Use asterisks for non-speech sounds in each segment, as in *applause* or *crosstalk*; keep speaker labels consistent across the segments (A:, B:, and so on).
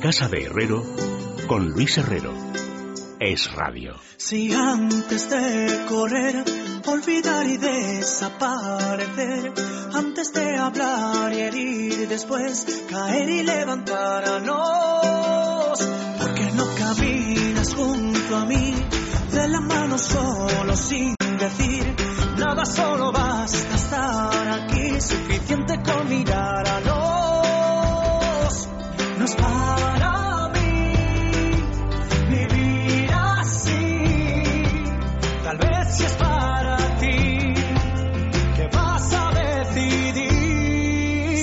A: Casa de Herrero con Luis Herrero. Es Radio.
B: Si antes de correr, olvidar y desaparecer, antes de hablar y herir, después caer y levantar a nos, porque no caminas junto a mí, de la mano solo sin decir nada, solo basta estar aquí, suficiente con mirar a los, no es para mí vivir así, tal vez si es para ti que vas a decidir.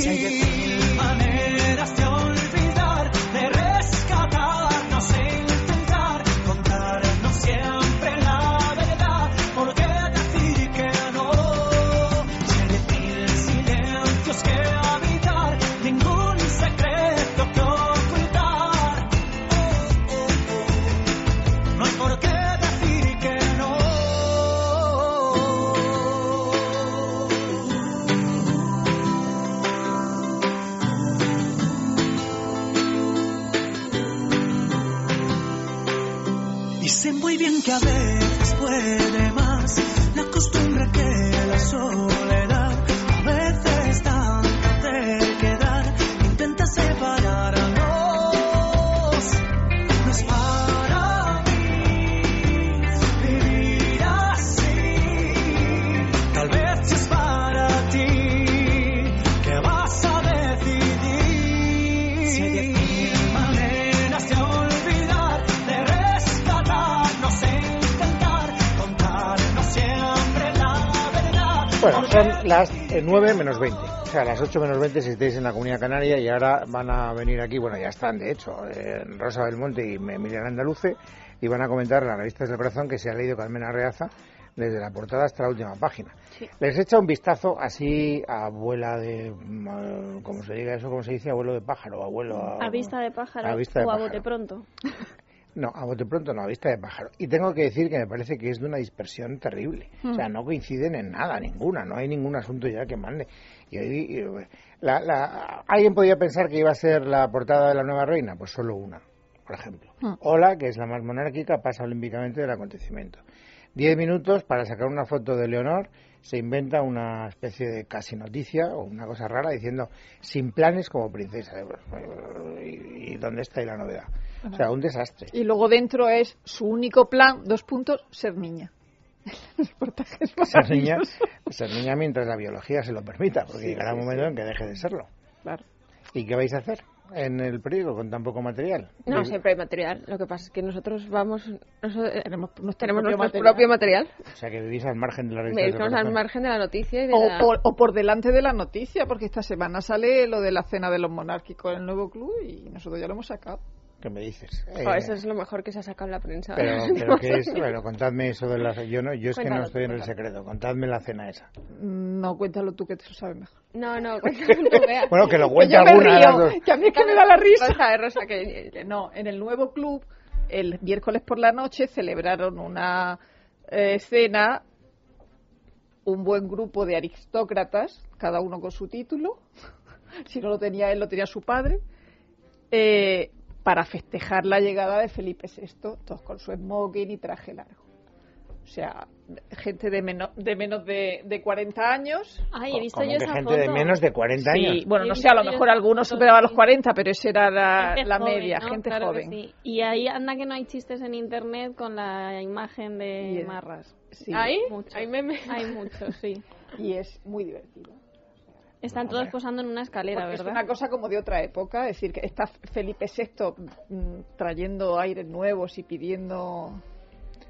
B: Si hay maneras de olvidar, de rescatarnos e intentar contarnos siempre la verdad. ¿Por qué decir que no? Si hay decir silencios que habitar, ningún secreto que ocultar. No hay por qué decir que no. Y sé muy bien que a veces puede más la costumbre que la soledad. A veces tanta terquedad intenta separarnos. No es para mí vivir así. Tal vez es para ti que vas a decidir. Si hay diez maneras de olvidar, de rescatarnos e intentar contarnos siempre la verdad.
C: Bueno, son las 9 menos 20. O sea, las 8 menos 20 si estáis en la Comunidad Canaria y ahora van a venir aquí, bueno, ya están, de hecho, eh, Rosa Belmonte y Emiliana Andaluce y van a comentar la revista del corazón que se ha leído Carmena Reaza desde la portada hasta la última página. Les echa un vistazo así a abuela de, mm, ¿cómo se diga eso? ¿Cómo se dice? Abuelo de pájaro, abuelo...
D: A vista de pájaro
C: A vista de
D: o a
C: pájaro.
D: bote pronto.
C: No, a bote pronto no, a vista de pájaro. Y tengo que decir que me parece que es de una dispersión terrible. O sea, no coinciden en nada, ninguna. No hay ningún asunto ya que mande. Y ahí, eh, la- la- ¿Alguien podía pensar que iba a ser la portada de la nueva reina? Pues solo una, por ejemplo. Ola, que es la más monárquica, pasa olímpicamente del acontecimiento. Diez minutos para sacar una foto de Leonor. Se inventa una especie de casi noticia o una cosa rara diciendo sin planes como princesa. ¿Y y dónde está ahí la novedad? O sea, un desastre.
E: Y luego dentro es su único plan, dos puntos, ser niña. *laughs* El reportaje es *laughs*
C: ser niña,
E: maravilloso.
C: ser niña mientras la biología se lo permita, porque llegará un momento en que deje de serlo.
E: Claro.
C: ¿Y qué vais a hacer en el periódico con tan poco material?
F: No,
C: Digo,
F: siempre hay material. Lo que pasa es que nosotros vamos, nosotros
E: Tenemos nuestro
F: tenemos nuestro
E: propio material.
F: propio material.
C: O sea, que vivís al margen de la revista. del
F: Estamos al
C: corazón.
F: margen de la noticia y de
E: O,
F: la...
E: Oh, por, o por delante de la noticia, porque esta semana sale lo de la cena de los monárquicos en el nuevo club y nosotros ya lo hemos sacado.
C: ¿Qué me dices? Eh,
F: Jo, Oh, eso es lo mejor que se ha sacado en la prensa. *laughs*
C: Pero, pero ¿qué es? Bueno, contadme eso de la... Yo, no, yo es que no
F: Cuéntalo,
C: estoy en el secreto. Contadme la cena esa.
E: No, cuéntalo tú que tú sabes mejor.
F: No, no, cuéntame tú, vea.
C: Bueno, que lo
E: Que
C: cuente
E: yo me
C: alguna de las
E: río,
C: dos.
E: que a mí es que me da la risa.
F: Rosa, eh, Rosa, que...
E: que no, en el nuevo club, el miércoles por la noche, celebraron una eh, cena, un buen grupo de aristócratas, cada uno con su título, *laughs* si no lo tenía él, lo tenía su padre, eh, para festejar la llegada de Felipe VI, todos con su smoking y traje largo. O sea, gente de, meno- de menos de, de 40 años,
D: Ay, he visto
C: Como
D: yo
C: que
D: esa
C: gente
D: foto.
C: de menos de 40
E: Sí,
C: años.
E: bueno,
D: He
E: no sé, a lo
D: visto
E: mejor
D: yo
E: algunos
D: fotos,
E: superaban los
D: sí.
E: 40, pero esa era la,
D: Gente
E: la
D: joven,
E: media,
D: ¿no?
E: gente
D: Claro que
E: joven.
D: sí. Y ahí anda que no hay chistes en internet con la imagen de
E: Y es-
D: Marras.
E: Sí,
F: ¿Ahí?
D: Mucho.
F: Ahí me... me-
D: Hay
E: *laughs*
D: muchos, sí.
E: Y es muy divertido.
D: Están todos posando en una escalera,
E: Porque es
D: ¿verdad?
E: una cosa como de otra época, es decir, que está Felipe VI mm, trayendo aires nuevos y pidiendo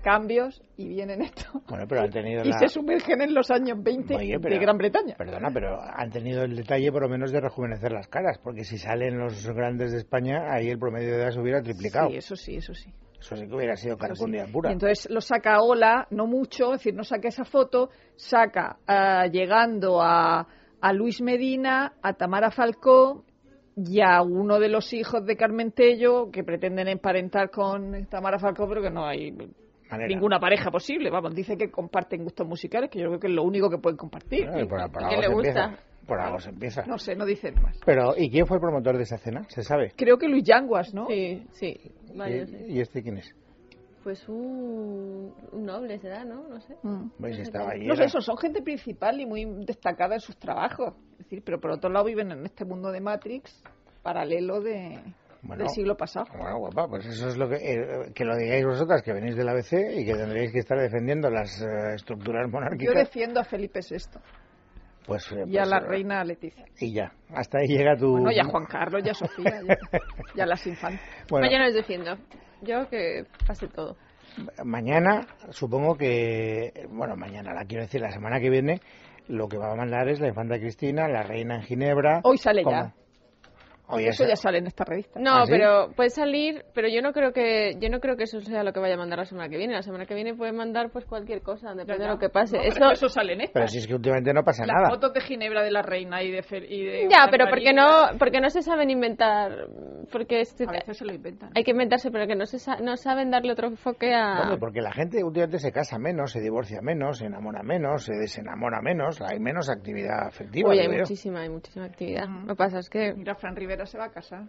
E: cambios y vienen esto.
C: Bueno, pero han tenido
E: Y
C: la...
E: se sumergen en los años 20
C: Oye,
E: de
C: pero-
E: Gran Bretaña.
C: Perdona, pero han tenido el detalle por lo menos de rejuvenecer las caras, porque si salen los grandes de España, ahí el promedio de edad se hubiera triplicado.
E: Sí, eso sí, eso sí.
C: Eso sí que hubiera sido
E: Eso sí.
C: carcundia pura.
E: Y entonces lo saca Ola, no mucho, es decir, no saca esa foto, saca ah, llegando a, a Luis Medina, a Tamara Falcó y a uno de los hijos de Carmen Tello que pretenden emparentar con Tamara Falcó, pero que no hay
C: Manera.
E: ninguna pareja posible. Vamos, dice que comparten gustos musicales, que yo creo que es lo único que pueden compartir.
C: Ah, Bueno, y por- por
F: ¿Y qué
C: algo
F: le
C: se
F: gusta?
C: empieza. Por algo se empieza.
E: No sé, no dicen más.
C: Pero, ¿y quién fue el promotor de esa cena? ¿Se sabe?
E: Creo que Luis Yanguas,
F: *laughs*
E: ¿no?
F: Sí, sí. Vale, sí.
C: ¿Y, y este quién es?
F: Pues un, un noble será, ¿no? No sé.
E: Mm.
C: Pues
F: No sé
C: estaba
F: quién.
C: allí.
E: No sé,
C: era-
E: eso, son gente principal y muy destacada en sus trabajos. Es decir, pero por otro lado viven en este mundo de Matrix paralelo de,
C: Bueno.
E: del siglo pasado.
C: Bueno, guapa, pues eso es lo que, eh, que lo digáis vosotras, que venís del ABC y que tendréis que estar defendiendo las eh, estructuras
E: Yo
C: monárquicas.
E: defiendo a Felipe VI
C: Pues, eh,
E: y a
C: pues,
E: la
C: eh,
E: reina Leticia.
C: Y ya, hasta ahí llega tu...
E: Bueno, y a Juan Carlos, y a Sofía, y a, y a las infantes.
C: Bueno,
F: Mañana les defiendo. Yo que pase todo.
C: mañana, supongo que, bueno, mañana, la quiero decir, la semana que viene, lo que va a mandar es la infanta Cristina, la reina en Ginebra.
E: Hoy sale ya.
C: Hoy
E: Eso
C: es-
E: ya sale en esta revista.
F: No,
C: ¿Ah, sí?
F: pero puede salir, pero yo no creo que yo no creo que eso sea lo que vaya a mandar la semana que viene. La semana que viene puede mandar pues cualquier cosa, depende de lo que pase.
E: No, pero
F: Esto-
E: eso sale en esta.
C: Pero si es que últimamente no pasa
E: Las
C: nada.
E: fotos de Ginebra de la reina y de... Fel- y de
F: ya, pero porque
E: Margarita.
F: no porque no se saben inventar, porque este-
E: A veces se lo inventan.
F: hay que inventarse, pero que no se sa- no saben darle otro enfoque
E: Ah.
F: a
C: Hombre, porque la gente últimamente se casa menos, se divorcia menos, se enamora menos, se desenamora menos, hay menos actividad afectiva.
F: Uy,
C: creo
F: hay
C: yo.
F: muchísima, hay muchísima actividad.
E: Ujú.
F: Lo que pasa es que
E: *laughs* Mira, Fran Rivera se va a casar.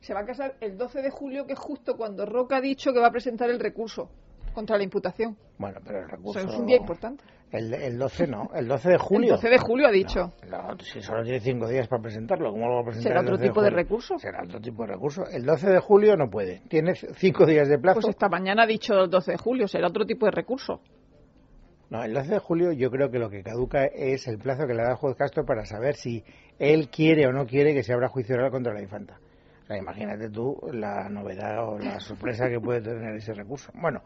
E: Se va a casar el 12 de julio, que es justo cuando Roca ha dicho que va a presentar el recurso contra la imputación.
C: Bueno, pero el recurso...
E: Eso es un día importante.
C: El, el 12 no, el 12 de julio.
E: El 12 de julio ha dicho.
C: No, si solo tiene cinco días para presentarlo, ¿cómo lo va a presentar?
E: ¿Será
C: el
E: otro
C: 12
E: tipo de
C: julio?
E: recurso?
C: Será otro tipo de recurso. El 12 de julio no puede. Tiene c- cinco días de plazo.
E: Pues esta mañana ha dicho el 12 de julio, será otro tipo de recurso.
C: No, el 12 de julio yo creo que lo que caduca es el plazo que le da el juez Castro para saber si él quiere o no quiere que se abra juicio oral contra la infanta. O sea, imagínate tú la novedad o la sorpresa que puede tener ese recurso. Bueno,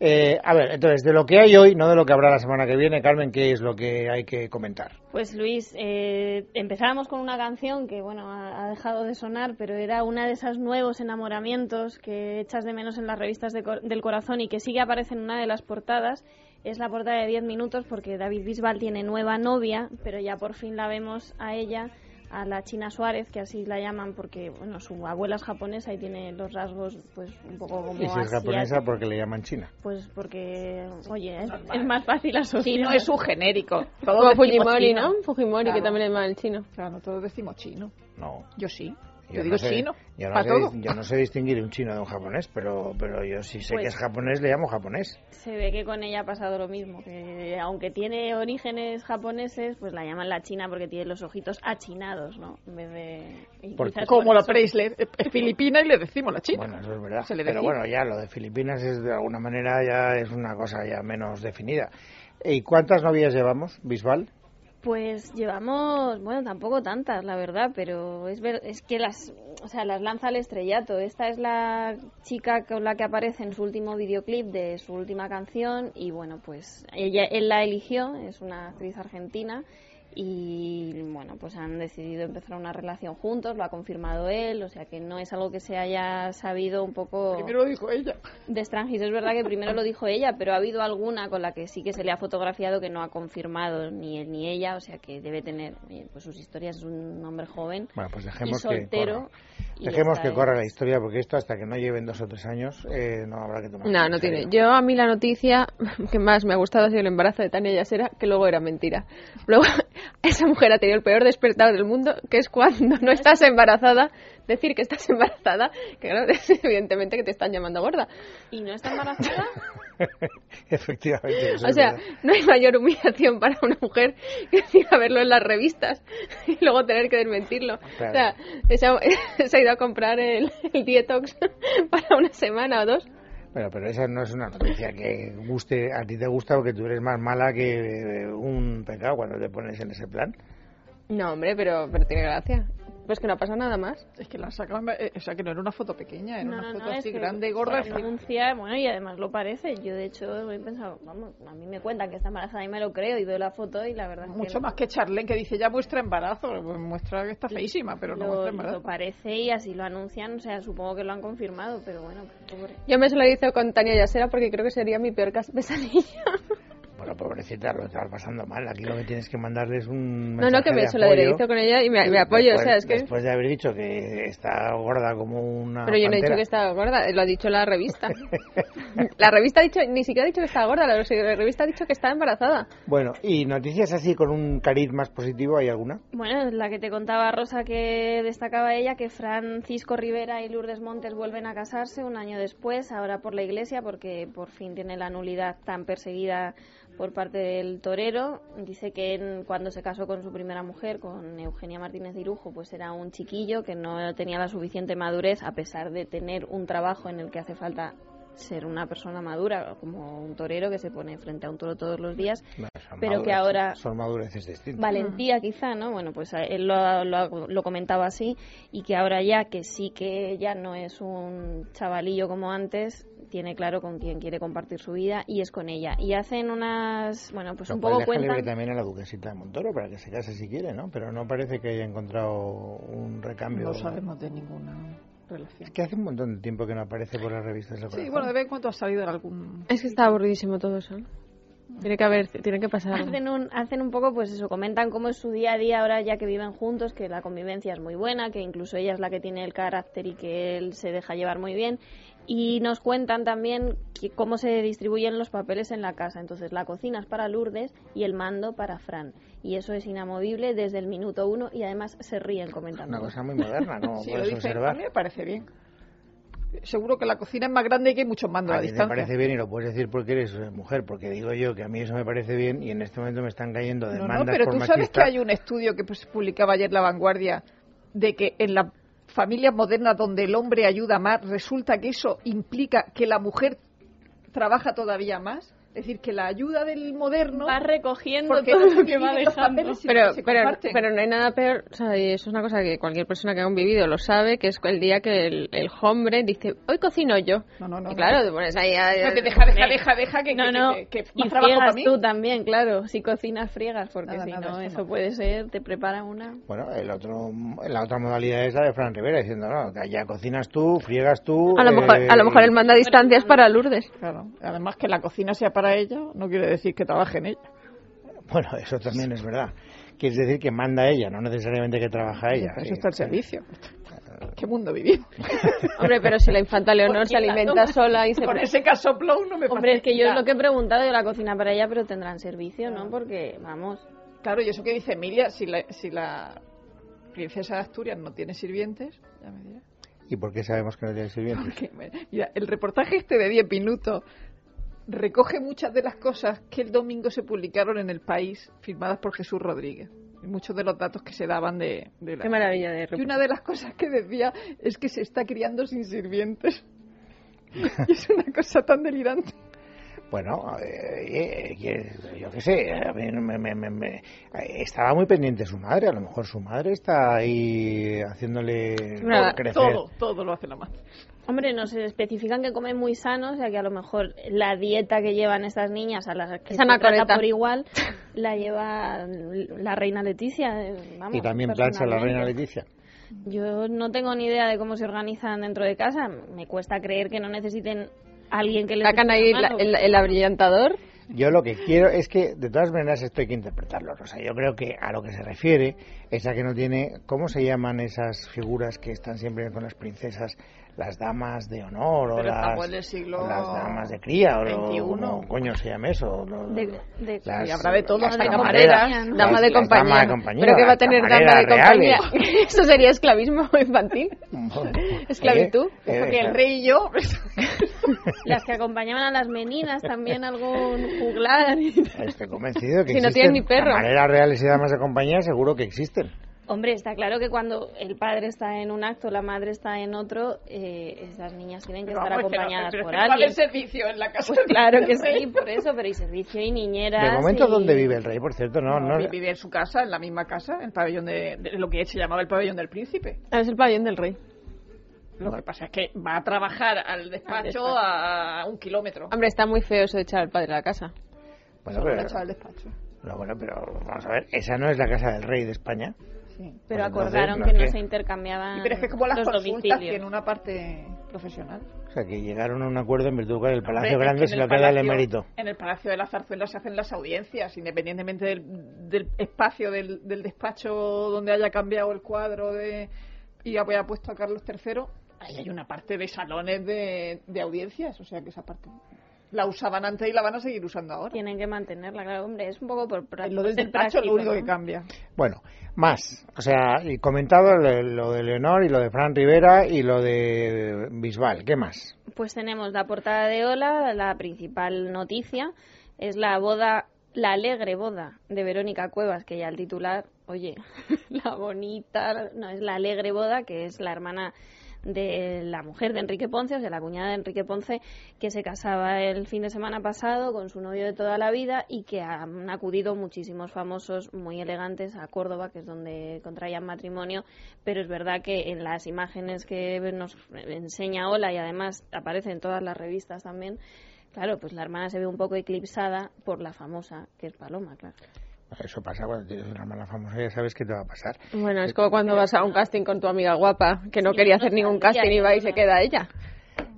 C: eh, a ver, entonces, de lo que hay hoy, no de lo que habrá la semana que viene, Carmen, ¿qué es lo que hay que comentar?
D: Pues Luis, eh, empezábamos con una canción que bueno ha, ha dejado de sonar, pero era una de esos nuevos enamoramientos que echas de menos en las revistas de cor- del corazón y que sí que aparece en una de las portadas. Es la portada de 10 minutos porque David Bisbal tiene nueva novia, pero ya por fin la vemos a ella, a la China Suárez, que así la llaman porque bueno su abuela es japonesa y tiene los rasgos pues un poco como
C: y si es
D: asiáticos.
C: japonesa, porque le llaman China.
D: Pues porque, oye, es, es más fácil asociar.
E: Si no es un
D: *laughs*
E: genérico. Todos
F: como
E: decimos
F: Fujimori,
E: chino.
F: ¿no? Fujimori
E: Claro.
F: que también es mal el chino.
E: Claro, todos decimos chino.
C: No.
E: Yo sí. Yo,
C: no
E: digo
C: sé-
E: chino.
C: Yo no,
E: para
C: sé,
E: todo.
C: yo no sé distinguir un chino de un japonés, pero, pero yo sí sé que
D: Pues-
C: es japonés, le llamo japonés.
D: Se ve que con ella ha pasado lo mismo, que aunque tiene orígenes japoneses, pues la llaman la china porque tiene los ojitos achinados, ¿no? En vez de... y
C: Porque-
D: quizás
E: Como
D: por
E: la
D: eso-
E: Preisler, eh, es filipina y le decimos la china.
C: Bueno, eso es verdad.
E: Se le
C: Pero
E: decía.
C: bueno, ya lo de Filipinas es de alguna manera ya es una cosa ya menos definida. ¿Y cuántas novias llevamos, Bisbal?
D: Pues llevamos, bueno, tampoco tantas, la verdad, pero es, ver- es que las, o sea, las lanza al estrellato. Esta es la chica con la que aparece en su último videoclip de su última canción y bueno, pues ella, él la eligió, es una actriz argentina y bueno, pues han decidido empezar una relación juntos, lo ha confirmado él, o sea que no es algo que se haya sabido un poco
E: Primero lo dijo ella.
D: de Strangis. Es verdad que primero lo dijo ella, pero ha habido alguna con la que sí que se le ha fotografiado que no ha confirmado ni él ni ella, o sea que debe tener oye, pues sus historias. Es un hombre joven
C: Bueno, pues
D: y
C: dejemos
D: soltero.
C: que corra.
D: y
C: Dejemos
D: está
C: que
F: ¿eh?
D: él.
C: corra la historia porque esto hasta que no lleven dos o tres años eh, no habrá que tomar.
F: No, no tiene. Yo a mí la noticia *laughs* que más me ha gustado ha sido el embarazo de Tania Yasera, que luego era mentira. Luego, *laughs* esa mujer ha tenido el peor despertar del mundo, que es cuando no estás embarazada, decir que estás *laughs* embarazada, que claro, *laughs* es evidentemente que te están llamando gorda.
D: Y no está embarazada.
C: *laughs* Efectivamente. eso
F: O
C: es
F: sea,
C: verdad.
F: no hay mayor humillación para una mujer que *laughs* decir a verlo en las revistas y luego tener que desmentirlo.
C: Claro.
F: O sea, esa- *laughs* se ha ido a comprar el, el dietox *laughs* para una semana o dos.
C: Bueno, pero esa no es una noticia que guste, a ti te gusta porque tú eres más mala que eh, un pecado cuando te pones en ese plan.
F: No, hombre, pero, pero tiene gracia. Pues que no pasa nada más.
E: Es que la sacaban, eh, o sea, que no era una foto pequeña, era
D: No,
E: una
D: no,
E: foto
D: no,
E: así
D: es que
E: grande, gorda.
D: se anuncia, bueno, y además lo parece. Yo, de hecho, he pensado, vamos, a mí me cuentan que está embarazada y me lo creo y veo la foto y la verdad es que
E: Mucho
D: no.
E: más que Charlene, que dice ya muestra embarazo. Pues muestra que está feísima, pero no
D: lo,
E: muestra
D: lo
E: embarazo.
D: parece y así lo anuncian, o sea, supongo que lo han confirmado, pero bueno, pobre.
F: Yo me solidarizo con Tania Yasera porque creo que sería mi peor cas- *laughs* pesadilla.
C: Bueno, la pobrecita lo estás pasando mal. Aquí lo que tienes que mandarle es un.
F: No, no,
C: mensaje
F: que me
C: de
F: he hecho la
C: apoyo.
F: derecho con ella y me, me apoyo,
C: después,
F: o sea, es que...
C: Después de haber dicho que está gorda como una.
F: Pero yo no he dicho
C: pantera.
F: que estaba gorda, lo ha dicho
C: *laughs*
F: la revista. la revista ha dicho, ni siquiera ha dicho que estaba gorda, la revista ha dicho que estaba embarazada.
C: Bueno, y noticias así con un cariz más positivo, ¿hay alguna?
D: Bueno, la que te contaba Rosa que destacaba ella, que Francisco Rivera y Lourdes Montes vuelven a casarse un año después, ahora por la iglesia, porque por fin tiene la nulidad tan perseguida por parte del torero. Dice que en- cuando se casó con su primera mujer, con Eugenia Martínez Dirujo, pues era un chiquillo que no tenía la suficiente madurez, a pesar de tener un trabajo en el que hace falta ser una persona madura, como un torero que se pone frente a un toro todos los días,
C: No, son
D: pero que
C: madureces-
D: ahora
C: Son madureces distintas.
D: valentía quizá, ¿no? Bueno, pues a- él lo, lo- lo comentaba así y que ahora ya que sí que ya no es un chavalillo como antes, tiene claro con quién quiere compartir su vida y es con ella. Y hacen unas, bueno, pues
C: Lo
D: un
C: cual
D: poco
C: deja
D: cuenta.
C: libre también a la duquesita de Montoro para que se case si quiere, ¿no? Pero no parece que haya encontrado un recambio.
E: No sabemos de ninguna relación.
C: Es que hace un montón de tiempo que no aparece por las revistas. del
E: Sí,
C: corazón.
E: bueno, de vez en cuando ha salido en algún...
F: Es que está aburridísimo todo eso. Tiene que haber, tiene que pasar algo.
D: Hacen un, hacen un poco, pues eso, comentan cómo es su día a día ahora ya que viven juntos, que la convivencia es muy buena, que incluso ella es la que tiene el carácter y que él se deja llevar muy bien. Y nos cuentan también que- cómo se distribuyen los papeles en la casa. Entonces, la cocina es para Lourdes y el mando para Fran. Y eso es inamovible desde el minuto uno y además se ríen comentando.
C: Una cosa muy moderna, como
E: *laughs* Si lo
C: puedes
E: dice, a
C: observar.
E: mí me parece bien. Seguro que la cocina es más grande y que hay muchos mandos a,
C: a ti te
E: distancia.
C: parece bien y lo puedes decir porque eres eh, mujer, porque digo yo que a mí eso me parece bien y en este momento me están cayendo
E: No,
C: demandas
E: no, pero
C: por
E: tú sabes que
C: machista.
E: hay un estudio que pues, publicaba ayer La Vanguardia de que en las familias modernas donde el hombre ayuda más, resulta que eso implica que la mujer trabaja todavía más. Es decir, que la ayuda del moderno...
D: Va *laughs* recogiendo
E: porque no
D: todo
E: se
D: *laughs* lo que va
E: dividen los
D: dejando.
E: papeles, sino
F: Pero,
E: que se
F: pero,
E: comparten.
F: pero no hay nada peor, o sea, y eso es una cosa que cualquier persona que ha convivido lo sabe, que es el día que el, el hombre dice, hoy cocino yo.
E: No, no, no.
F: Y claro, te pones ahí a...
E: No, te deja, deja, deja, deja, que,
D: eh, No,
E: que-
D: no,
E: que- que más
D: y
E: trabajo para
D: friegas
E: mí.
D: tú también, claro. Si cocinas, friegas, porque
E: Nada,
D: si
E: nada,
D: no,
E: esto
D: eso
E: no.
D: puede ser, te prepara una.
C: Bueno, el otro, la otra modalidad es la de Fran Rivera, diciendo, no, que ya cocinas tú, friegas tú...
F: A lo, mejor,
C: eh,
F: a lo mejor él manda distancias para
D: *laughs*
F: Lourdes.
E: Claro, además que la cocina sea para ella no quiere decir que trabaje en ella.
C: eh, *laughs* Bueno, eso también es verdad. Quieres decir que manda ella, no necesariamente que trabaja ella.
E: Para
C: Sí.
E: eso está el servicio. ¿Qué mundo vivimos?
F: Hombre, pero si la infanta Leonor se alimenta sola y se... *laughs*
E: Con ese casoplón no me
D: Hombre,
E: parece
D: es que yo es
E: nada.
D: lo que he preguntado de la cocina para ella, pero tendrán servicio, ¿no? Porque, vamos,
E: Claro, y eso que dice Emilia, si la, si la princesa de Asturias no tiene sirvientes, ya me dirá.
C: ¿Y por qué sabemos que no tiene sirvientes?
E: Porque, mira, el reportaje este de 10 minutos recoge muchas de las cosas que el domingo se publicaron en El País, firmadas por Jesús Rodríguez. Y muchos de los datos que se daban de, de la...
F: Qué maravilla de
E: Y una de las cosas que decía es que se está criando sin sirvientes. *laughs* Y es una cosa tan delirante.
C: Bueno, eh, eh, que- yo qué sé, a mí no me- me- me- me- eh, estaba muy pendiente su madre, a lo mejor su madre está ahí haciéndole
F: Nada,
C: crecer.
E: Todo, todo lo hace la madre.
D: Hombre, nos especifican que comen muy sano, o sea que a lo mejor la dieta que llevan estas niñas, a las que
F: Es
D: se
F: anacoreta.
D: trata
E: *laughs*
D: por igual, la lleva la reina Leticia. eh, Vamos,
C: Y también plancha la reina
D: personalmente.
C: Leticia.
D: Yo no tengo ni idea de cómo se organizan dentro de casa. Me cuesta creer que no necesiten a alguien que les
F: Sacan
D: eche
F: ahí
D: una
F: la-
D: mano.
F: el, el abrillantador.
C: Yo lo que quiero es que, de todas maneras, esto hay que interpretarlo. O sea, yo creo que a lo que se refiere es a que no tiene. ¿Cómo se llaman esas figuras que están siempre con las princesas? Las damas de honor o
E: Pero
C: las,
E: estamos en el siglo
C: o las damas de cría o lo-
E: 21.
C: como coño se llama eso. Lo- lo-
D: De-
C: lo-
D: de-
C: las-
E: Sí, habrá de todo,
C: las
E: hasta
C: camareras,
D: camareras,
C: las-
F: Dama de
C: las
F: compañía.
C: damas de compañía,
F: ¿Pero qué va a
C: las
F: tener dama de
C: camareras
F: compañía? *laughs*
C: reales.
F: Eso sería esclavismo *laughs* infantil. *laughs* Esclavitud.
C: Eh, eh,
E: Porque el rey y yo... *laughs* pues,
D: Las que acompañaban a las meninas también, algún juglar. y-
C: Estoy convencido que
F: *laughs* Si no
C: existen
F: tienen ni perro.
C: camareras reales y damas de compañía seguro que existen.
D: Hombre, está claro que cuando el padre está en un acto, la madre está en otro, eh, esas niñas tienen que estar
E: Vamos, que no-
D: acompañadas
E: pero es *laughs*
D: por
E: que no va a haber
D: alguien.
E: servicio en la casa.
D: Pues claro que
E: del rey. *laughs*
D: sí, por eso, pero y servicio y niñeras.
C: De momento,
D: y-
C: ¿dónde vive el rey? Por cierto, no, no,
E: vi- Vivía en su casa, en la misma casa, en el pabellón de, de lo que se llamaba el pabellón del príncipe.
F: Ah, Es el pabellón del rey.
E: Lo que pasa es que va a trabajar al despacho
F: despacho.
E: a un kilómetro.
F: Hombre, está muy feo eso de echar al padre a la casa.
C: Bueno,
E: Solo
C: pero,
E: la echaba al despacho.
C: no, bueno, pero vamos a ver, esa no es la casa del rey de España.
E: Sí. Ah,
D: Pero
C: Pues entonces,
D: acordaron
C: ¿no
D: que
C: es
D: no
C: qué?
D: se intercambiaban
E: Pero es que es como las
D: los
E: consultas
D: domicilios.
E: tienen una parte profesional.
C: O sea, que llegaron a un acuerdo en virtud del Palacio
E: Hombre,
C: Grande
E: es que
C: se
E: en
C: lo
E: el
C: queda el
E: Palacio-
C: emérito.
E: En el Palacio de la Zarzuela se hacen las audiencias, independientemente del, del espacio del, del despacho donde haya cambiado el cuadro de y haya puesto a Carlos III. Ahí hay una parte de salones de, de audiencias, o sea que esa parte la usaban antes y la van a seguir usando ahora.
D: Tienen que mantenerla, claro, hombre, es un poco por pra-
E: Lo del
D: ser
E: despacho es lo
D: práctico,
E: único
D: ¿no?
E: que cambia.
C: Bueno, más. O sea, y comentado lo, lo de Leonor y lo de Fran Rivera y lo de Bisbal. ¿Qué más?
D: Pues tenemos la portada de Ola, la principal noticia es la boda, la alegre boda de Verónica Cuevas, que ya el titular, oye, *laughs* la bonita, no, es la alegre boda, que es la hermana de la mujer de Enrique Ponce, o sea, la cuñada de Enrique Ponce, que se casaba el fin de semana pasado con su novio de toda la vida y que han acudido muchísimos famosos muy elegantes a Córdoba, que es donde contraían matrimonio, pero es verdad que en las imágenes que nos enseña Ola y además aparece en todas las revistas también, claro, pues la hermana se ve un poco eclipsada por la famosa, que es Paloma, claro.
C: Eso pasa cuando tienes una hermana famosa, ya sabes qué te va a pasar.
F: Bueno, es como cuando vas a un casting con tu amiga guapa, que no quería hacer ningún casting y va y se queda ella.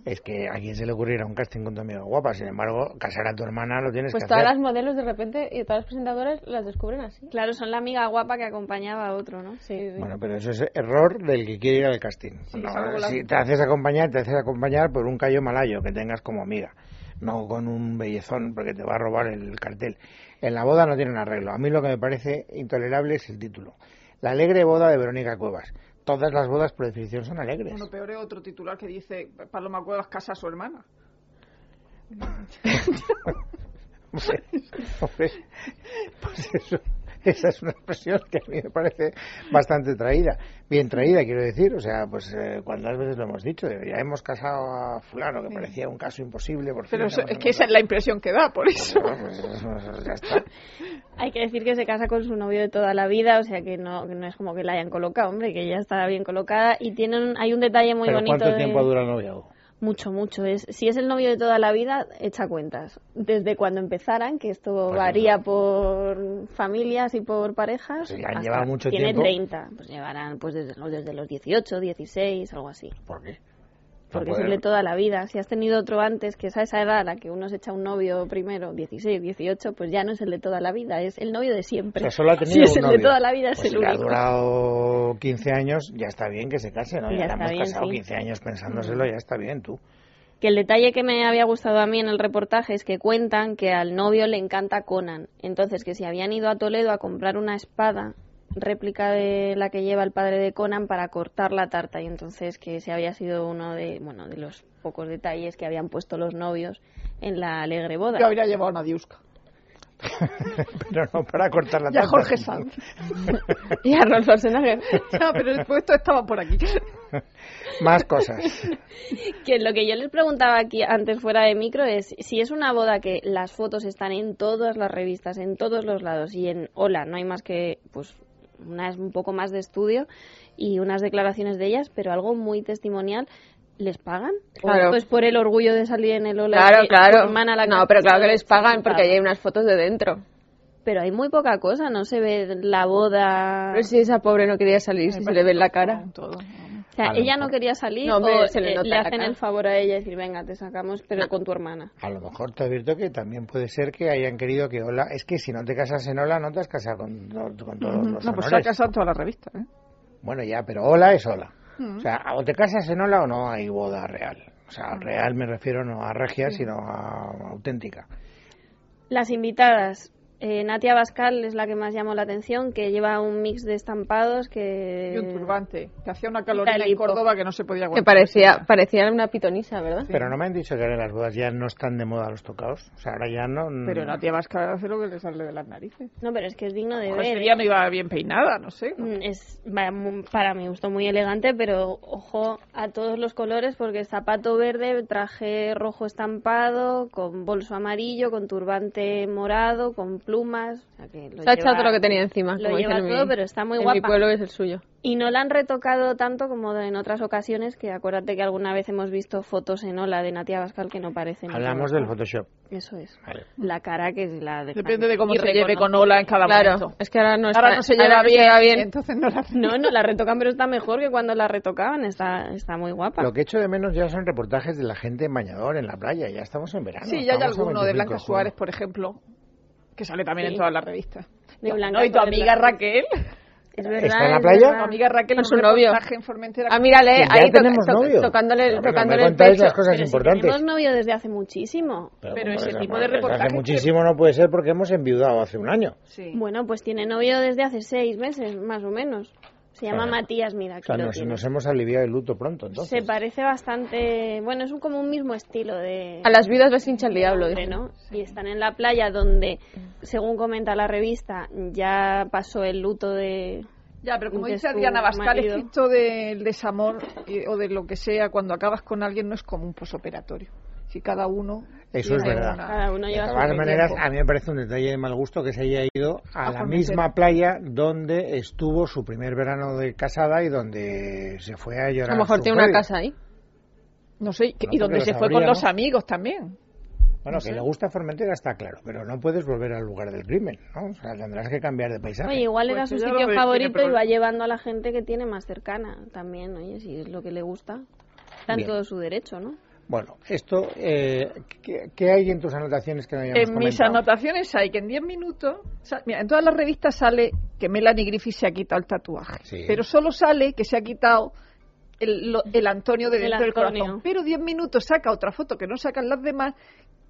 C: Es que a quién se le ocurriera un casting con tu amigo guapa, sin embargo, casar a tu hermana lo tienes
F: Pues
C: que
F: todas
C: hacer.
F: las modelos de repente y todas las presentadoras las descubren
C: *laughs*
F: así.
D: Claro, son la amiga guapa que acompañaba a otro, ¿no?
F: Sí, sí.
C: Bueno, pero eso es error del que quiere ir al casting. No,
E: es algo
C: si
E: blanco.
C: te haces acompañar, te haces acompañar por un callo malayo que tengas como amiga, no con un bellezón porque te va a robar el cartel. En la boda no tienen arreglo. A mí lo que me parece intolerable es el título. La alegre boda de Verónica Cuevas. Todas las bodas por definición son alegres.
E: Bueno, peor es otro titular que dice Paloma Cuevas casa a su hermana.
C: Hombre, hombre, pues eso- esa es una expresión que a mí me parece bastante traída, bien traída, quiero decir. O sea, pues eh, cuántas veces lo hemos dicho, de, ya hemos casado a fulano, que parecía un caso imposible. Por fin
E: Pero
C: nos
E: eso-
C: hemos
E: es que esa es la impresión que da, por eso.
C: encontrado. Pues eso- ya está.
D: Hay que decir que se casa con su novio de toda la vida, o sea que no, que no es como que la hayan colocado, hombre, que ya está bien colocada. Y tienen, hay un detalle muy
C: Pero
D: bonito.
C: ¿cuánto
D: de-
C: tiempo dura el noviazgo?
D: Mucho, mucho. Es, si es el novio de toda la vida, echa cuentas. Desde cuando empezaran, que esto
C: Pues
D: varía por familias y por parejas.
C: Sí, han
D: hasta-
C: llevado Pues mucho
D: tiene
C: tiempo.
D: 30. Pues llevarán pues desde los, desde los 18, 16, algo así.
C: ¿Por qué?
D: Porque
C: No
D: es el
C: puede-
D: de toda la vida. Si has tenido otro antes, que es a esa edad a la que uno se echa un novio primero, 16, 18, pues ya no es el de toda la vida, es el novio de
C: O
D: siempre.
C: sea, solo ha
D: *laughs* si
C: tenido
D: es
C: un
D: el
C: novio.
D: de toda la vida,
C: Pues
D: es el
C: si le ha
D: único.
C: durado 15 años, ya está bien que se case, ¿no?
D: Ya
C: Ya, la
D: está
C: hemos
D: bien,
C: casado
D: sí. Mm.
C: 15 años pensándoselo, ya está bien, tú. *laughs*
D: Que el detalle que me había gustado a mí en el reportaje es que cuentan que al novio le encanta Conan. Entonces, que si habían ido a Toledo a comprar una espada, réplica de la que lleva el padre de Conan para cortar la tarta. Y entonces que ese había sido uno de, bueno, de los pocos detalles que habían puesto los novios en la alegre boda.
E: Yo habría llevado una diusca.
C: Pero no para cortar la
E: Ya
C: tarta.
E: Jorge Sanz.
F: Y Arnold Schwarzenegger.
E: *laughs* No, pero el puesto estaba por *laughs* aquí.
C: Más cosas.
E: *laughs*
D: Que lo que yo les preguntaba aquí antes fuera de micro es si es una boda que las fotos están en todas las revistas, en todos los lados y en Hola, no hay más que pues una es un poco más de estudio y unas declaraciones de ellas, pero algo muy testimonial. ¿Les pagan?
F: Claro.
D: ¿O pues por el orgullo de salir en el Hola?
F: Claro,
D: que tu
F: claro.
D: hermana la
F: No, pero claro que les pagan porque
D: participaba?
F: hay unas fotos de dentro.
D: Pero hay muy poca cosa, no se ve la boda...
F: Pero si esa pobre no quería salir, si se le ve en la cara.
E: Todo.
D: O sea,
C: A lo
D: ella
C: mejor.
D: no quería salir
F: No, hombre,
D: o
F: se le
D: eh,
F: nota
D: le
F: la
D: hacen
F: cara.
D: el favor a ella y decir, venga, te sacamos, pero con tu hermana.
C: A lo mejor te advierto que también puede ser que hayan querido que Ola. Es que si no te casas en Ola, no te has casado con, con todos los
E: No, pues se ha
C: honores.
E: casado toda la revista. ¿eh?
C: Bueno, ya, pero Ola es Ola. O sea, o te casas en Ola o no hay boda real. O sea, real me refiero no a regia, sino a auténtica.
D: Las invitadas. Eh, Natia Bascal es la que más llamó la atención, que lleva un mix de estampados que...
E: Y un turbante. Que hacía una calorina
D: Quita el
E: en
D: hipo.
E: Córdoba Eh, que no se podía
F: Que
E: aguantar.
F: parecía, parecía una pitonisa, ¿verdad?
C: Pero no me han dicho que ahora en las bodas ya no están de moda los tocados. O sea, ahora ya no. mm,
E: Pero Natia Vázquez hace lo que le sale de las narices.
D: No, pero es que es digno de
E: Ojo, ese
D: ver. ¿eh?
E: día no iba bien peinada, no sé.
D: Mm, Es va, mu- para mi gusto muy elegante, pero ojo a todos los colores porque zapato verde, traje rojo estampado, con bolso amarillo, con turbante morado, con plumas. o sea que
F: Se ha
D: lo lleva-
F: echado todo lo que tenía encima.
D: Lo
F: como
D: lleva
F: dicen en mi-
D: todo, pero está muy
F: en
D: guapa.
F: Mi pueblo es el suyo.
D: Y no la han retocado tanto como en otras ocasiones, que acuérdate que alguna vez hemos visto fotos en Ola de Natia Bascal que no parecen.
C: Hablamos del Photoshop.
D: Eso es.
C: Vale.
D: La cara que es la de.
E: Depende de cómo
D: Y
E: se
D: reconoce-
E: lleve con Ola en cada
F: Claro,
E: momento.
F: es que ahora no,
E: Ahora
F: está-
E: no se lleva
F: ahora no
E: bien,
F: bien.
E: *laughs* Entonces no la
D: No, no la retocan, pero está mejor que cuando la retocaban. Está, está muy
E: Ah.
D: guapa.
C: Lo que echo de menos ya son reportajes de la gente en bañador, en la playa. Ya estamos en verano.
E: Sí, ya hay
C: estamos a
E: alguno
C: 25
E: de Blanca
C: de
E: Suárez,
C: junio.
E: por ejemplo, que sale también
D: Sí.
E: en todas las revistas.
D: De
E: No,
D: Blanca
E: no, y tu
D: Suárez,
E: amiga
D: Blanca.
E: Raquel,
D: Es
C: ¿Está en la playa?
D: es
E: tu
D: verdad.
E: amiga Raquel,
F: Con
E: en
F: su
E: un
F: novio.
E: reportaje en Formentera.
F: Ah, mírale,
C: Que ya
F: ahí toca-
C: tenemos
F: to-
C: novio.
F: tocándole,
C: Pero no me
F: tocándole el
C: contáis
F: pecho.
C: las cosas
D: Pero si
C: importantes.
D: tenemos novio desde hace muchísimo.
E: Pero
C: como
E: ese
C: es,
E: tipo
C: hermano,
E: de
C: desde
E: reportajes
C: Hace
E: que-
C: muchísimo no puede ser porque hemos enviudado hace un año.
E: Sí.
D: Bueno, pues tiene novio desde hace seis meses, más o menos. Se llama
C: Ah.
D: Matías, mira.
C: O sea,
D: aquí lo
C: nos,
D: tiene.
C: nos hemos aliviado el luto pronto,
D: Se
C: entonces.
D: parece bastante. Bueno, es un, como un mismo estilo de.
F: A las viudas les hincha el diablo,
D: hombre,
F: dicen.
D: ¿no? Y están en la playa donde, según comenta la revista, ya pasó el luto de.
E: Ya, pero como
D: de
E: dice
D: su
E: Adriana Bascal, es
D: marido.
E: que esto del desamor eh, o de lo que sea, cuando acabas con alguien no es como un posoperatorio. Si cada uno...
C: Eso es
E: tiene
C: verdad.
E: una-
D: Cada uno
C: De
D: lleva su
C: todas
D: ritmo.
C: maneras, a mí me parece un detalle de mal gusto que se haya ido a
E: A
C: la
E: Formentera.
C: misma playa donde estuvo su primer verano de casada y donde se fue a llorar.
F: A lo mejor
C: su
F: tiene una
C: pérdida.
F: casa ahí.
E: No sé, y que-
C: No,
E: y donde
C: porque
E: se
C: lo
E: fue
C: sabría,
E: con los
C: ¿no?
E: amigos también.
C: Bueno, que le gusta Formentera está claro, pero no puedes volver al lugar del crimen, ¿no? O sea, tendrás que cambiar de paisaje.
D: Oye, igual
E: Pues
D: era su
E: yo lo
D: sitio
E: veo que
D: favorito
E: tiene
D: y va llevando a la gente que tiene más cercana también, oye, si es lo que le gusta. Está en
C: Bien.
D: todo su derecho, ¿no?
C: Bueno, esto, eh, ¿qué, qué hay en tus anotaciones que no hayamos
E: En mis
C: comentado?
E: anotaciones hay que en 10 minutos... sa- Mira, en todas las revistas sale que Melanie Griffith se ha quitado el tatuaje.
C: Sí.
E: Pero solo sale que se ha quitado el, lo- el Antonio de
D: El
E: dentro del
D: Antonio.
E: corazón. Pero 10 minutos saca otra foto que no sacan las demás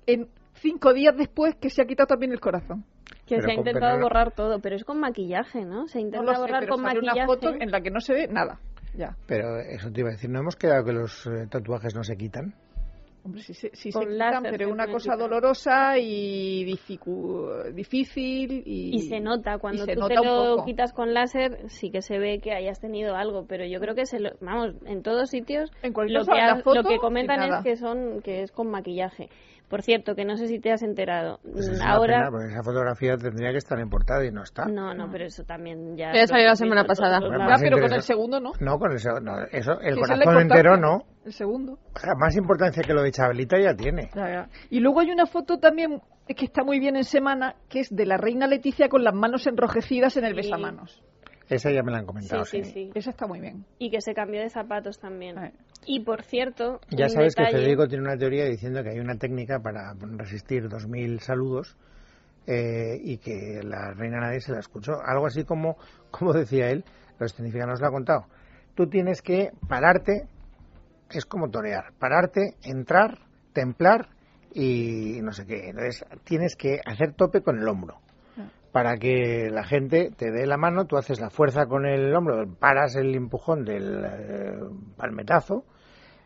E: en cinco días después que se ha quitado también el corazón.
D: Que
C: Pero
D: se ha
C: con-
D: intentado
C: pero no-
D: borrar todo, pero es con maquillaje, ¿no? Se
E: No
D: intenta
E: lo sé,
D: borrar
E: pero
D: con
E: sale
D: maquillaje.
E: una foto en la que no se ve nada. Ya.
C: Pero eso te iba a decir, ¿no hemos quedado que los eh, tatuajes no se quitan?
D: Mm,
E: Hombre, sí, se- sí se
D: Con
E: quitan,
D: láser se
E: pero es una
D: pueden
E: cosa
D: quitar.
E: dolorosa y dificu- difícil. Y,
D: Y se nota, cuando
E: y se
D: tú
E: nota
D: te
E: un
D: lo
E: poco.
D: quitas con láser, sí que se ve que hayas tenido algo, pero yo creo que se lo, vamos, en todos sitios
E: En cualquier
D: lo que,
E: caso, la
D: ha-
E: foto
D: lo que
E: y
D: comentan
E: nada.
D: es que son que es con maquillaje. Por cierto, que no sé si te has enterado.
C: Pues es una pena,
D: Ahora
C: porque esa fotografía tendría que estar en portada y no está.
D: no, no, pero eso también ya
F: Ya
D: lo
F: salió la
D: hemos
F: semana
D: visto
F: pasada.
D: todos
C: Bueno,
E: Ya,
D: lados.
C: más
E: pero con
C: interesa-
E: el segundo no.
C: No, con eso, no, eso el
E: Que ese es
C: corazón
E: importante.
C: entero no.
E: El segundo.
C: O sea, más importancia que lo de Chabelita ya tiene.
E: Ya, ya. Y luego hay una foto también que está muy bien en semana, que es de la reina Leticia con las manos enrojecidas en el
D: Sí.
E: besamanos.
C: Esa ya me la han comentado,
D: Sí,
C: sí.
D: sí, sí.
E: Esa está muy bien.
D: Y que se cambió de zapatos también.
E: Eh.
D: Y por cierto,
C: Ya
D: un
C: sabes que
D: detalle-
C: Federico tiene una teoría diciendo que hay una técnica para resistir 2.000 saludos eh, y que la reina nadie se la escuchó. Algo así como, como decía él, lo significa, nos lo ha contado. Tú tienes que pararte, es como torear, pararte, entrar, templar y no sé qué. Entonces tienes que hacer tope con el hombro para que la gente te dé la mano, tú haces la fuerza con el hombro, paras el empujón del eh, palmetazo,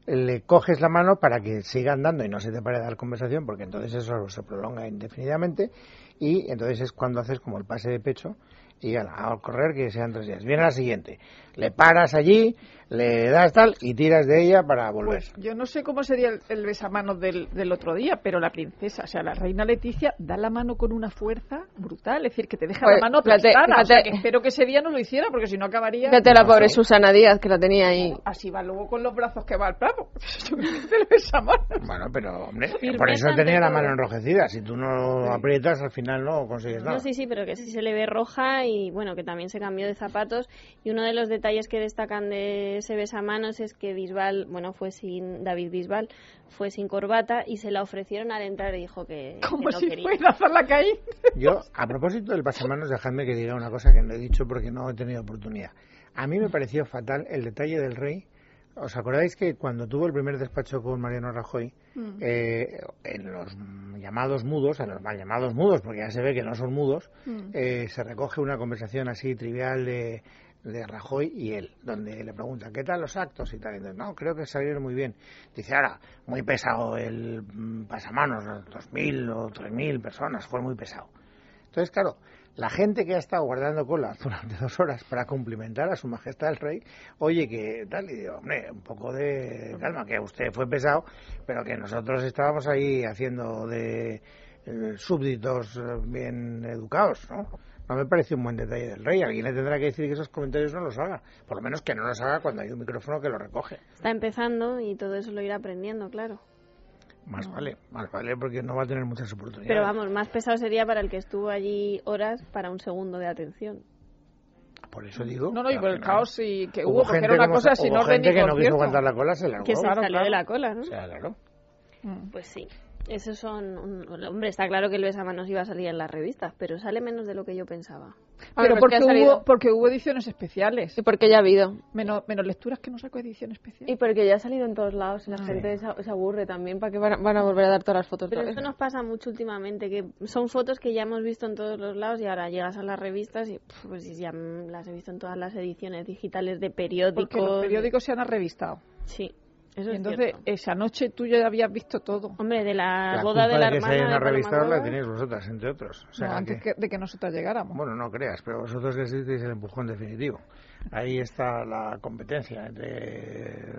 C: le coges la mano para que siga andando y no se te pare de dar conversación, porque entonces eso se prolonga indefinidamente y entonces es cuando haces como el pase de pecho y ala, a correr que sean tres días. Viene la siguiente, le paras allí, le das tal y tiras de ella para volver.
E: Pues yo no sé cómo sería el, el besamanos del, del otro día, pero la princesa, o sea, la reina Leticia, da la mano con una fuerza brutal, es decir, que te deja
F: Pues,
E: la mano
F: fíjate,
E: aplastada. o sea,
F: fíjate.
E: que espero que ese día no lo hiciera, porque si no acabaría...
F: Fíjate la pobre Susana Díaz que la tenía ahí.
E: Así va luego con los brazos que va al plato. *laughs* Yo creo que el besamanos.
C: Bueno, pero hombre,
D: Firmeza
C: por eso
D: ante
C: tenía la
D: todo.
C: mano enrojecida. Si tú no aprietas, al final no consigues nada.
D: No, sí, sí, pero que sí se le ve roja y bueno, que también se cambió de zapatos. Y uno de los detalles que destacan de ese besamanos es que Bisbal, bueno, fue sin, David Bisbal, fue sin corbata y se la ofrecieron al entrar y dijo que, que
E: Como
D: no
E: si
D: quería.
E: fuera a hacer la caída.
C: Yo, a propósito del pasamanos, dejadme que diga una cosa que no he dicho porque no he tenido oportunidad. A mí me pareció fatal el detalle del rey. ¿Os acordáis que cuando tuvo el primer despacho con Mariano Rajoy, eh, en los mm, llamados mudos, en los mal llamados mudos, porque ya se ve que no son mudos, eh, se recoge una conversación así trivial de, de Rajoy y él, donde le preguntan, ¿qué tal los actos? Y tal, y dice, no, creo que salieron muy bien. Dice, ahora, muy pesado el mm, pasamanos, dos mil o tres mil personas, fue muy pesado. Entonces, claro, la gente que ha estado guardando cola *laughs* durante dos horas para cumplimentar a su majestad el rey, oye, que tal, y digo, hombre, un poco de calma, que usted fue pesado, pero que nosotros estábamos ahí haciendo de eh, súbditos eh, bien educados, ¿no? No me parece un buen detalle del rey. Alguien le tendrá que decir que esos comentarios no los haga. Por lo menos que no los haga cuando hay un micrófono que lo recoge.
D: Está empezando y todo eso lo irá aprendiendo, claro.
C: Más vale, más vale porque no va a tener muchas oportunidades.
D: Pero vamos, más pesado sería para el que estuvo allí horas para un segundo de atención.
C: Por eso digo.
E: No, no, y
C: que
E: por el
C: al
E: caos
C: final
E: sí que hubo, porque
C: gente
E: era una
C: que
E: cosa,
C: se-
E: si
C: hubo
E: no
C: gente
E: rendí
C: que no quiso
E: concierto.
C: aguantar la cola, se largó.
D: Que se
C: Claro,
D: salió
C: claro.
D: de la cola, ¿no?
C: O sea, claro.
E: Mm.
D: Pues sí. Esos son. un- Hombre, está claro que el besamanos iba a salir en las revistas, pero sale menos de lo que yo pensaba.
E: Pero
F: pues que
E: porque
F: ha salido.
E: hubo, porque hubo ediciones especiales.
F: Y porque ya ha habido.
E: Menos, menos lecturas que no saco edición especial.
F: Y porque ya ha salido en todos lados y la gente se, se aburre también. ¿Para qué van a, van a volver a dar todas las fotos?
D: Pero
F: otra
D: esto
F: vez?
D: nos pasa mucho últimamente, que son fotos que ya hemos visto en todos los lados y ahora llegas a las revistas y pf, pues ya mm, las he visto en todas las ediciones digitales de periódicos.
E: porque los periódicos se han arrevistado.
D: Sí, eso
E: Y
D: es
E: entonces,
D: cierto.
E: esa noche tú ya habías visto todo.
D: Hombre, de la,
C: La
D: boda
C: culpa
D: de la
C: que se
D: hermana
C: hayan
D: de
C: arrevistado la
D: Palmaboda,
C: tenéis vosotras, entre otros. O sea,
E: No,
C: que-
E: antes que- de que nosotros llegáramos.
C: Bueno, no creas, pero vosotros que hicisteis el empujón definitivo. Ahí está la competencia entre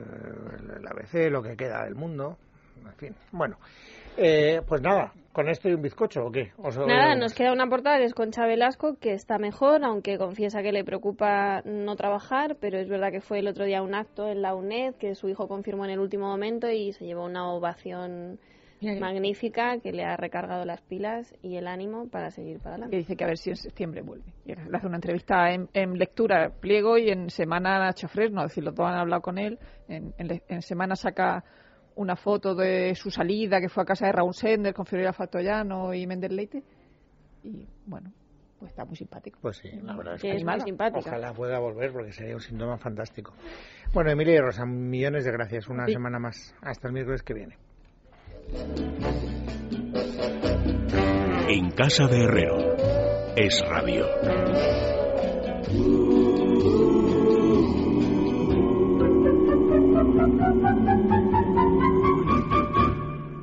C: el ABC, lo que queda del mundo, en fin. Bueno, eh, pues nada, ¿con esto y un bizcocho o qué? ¿Os-
D: Nada,
C: os-
D: nos queda una portada que es Concha Velasco, que está mejor, aunque confiesa que le preocupa no trabajar, pero es verdad que fue el otro día un acto en la UNED que su hijo confirmó en el último momento y se llevó una ovación
F: Mira que-
D: magnífica que le ha recargado las pilas y el ánimo para seguir para
E: que
D: adelante.
E: dice que a ver si en septiembre vuelve. Y le hace una entrevista en, en lectura pliego y en semana Nacho Fresno, es decir, los dos han hablado con él. En, en le- en semana saca una foto de su salida que fue a casa de Raúl Sender con Fiorella Fatoyano y Méndez Leite. Y bueno, pues está muy simpático.
C: Pues sí, la verdad es
D: Que
C: que
D: es muy
E: animada.
D: simpática.
C: ojalá pueda volver porque sería un síntoma fantástico. Bueno, Emilia y Rosa, millones de gracias. Una
E: Sí.
C: semana más. Hasta el miércoles que viene.
A: En casa de Herrero. Es Radio.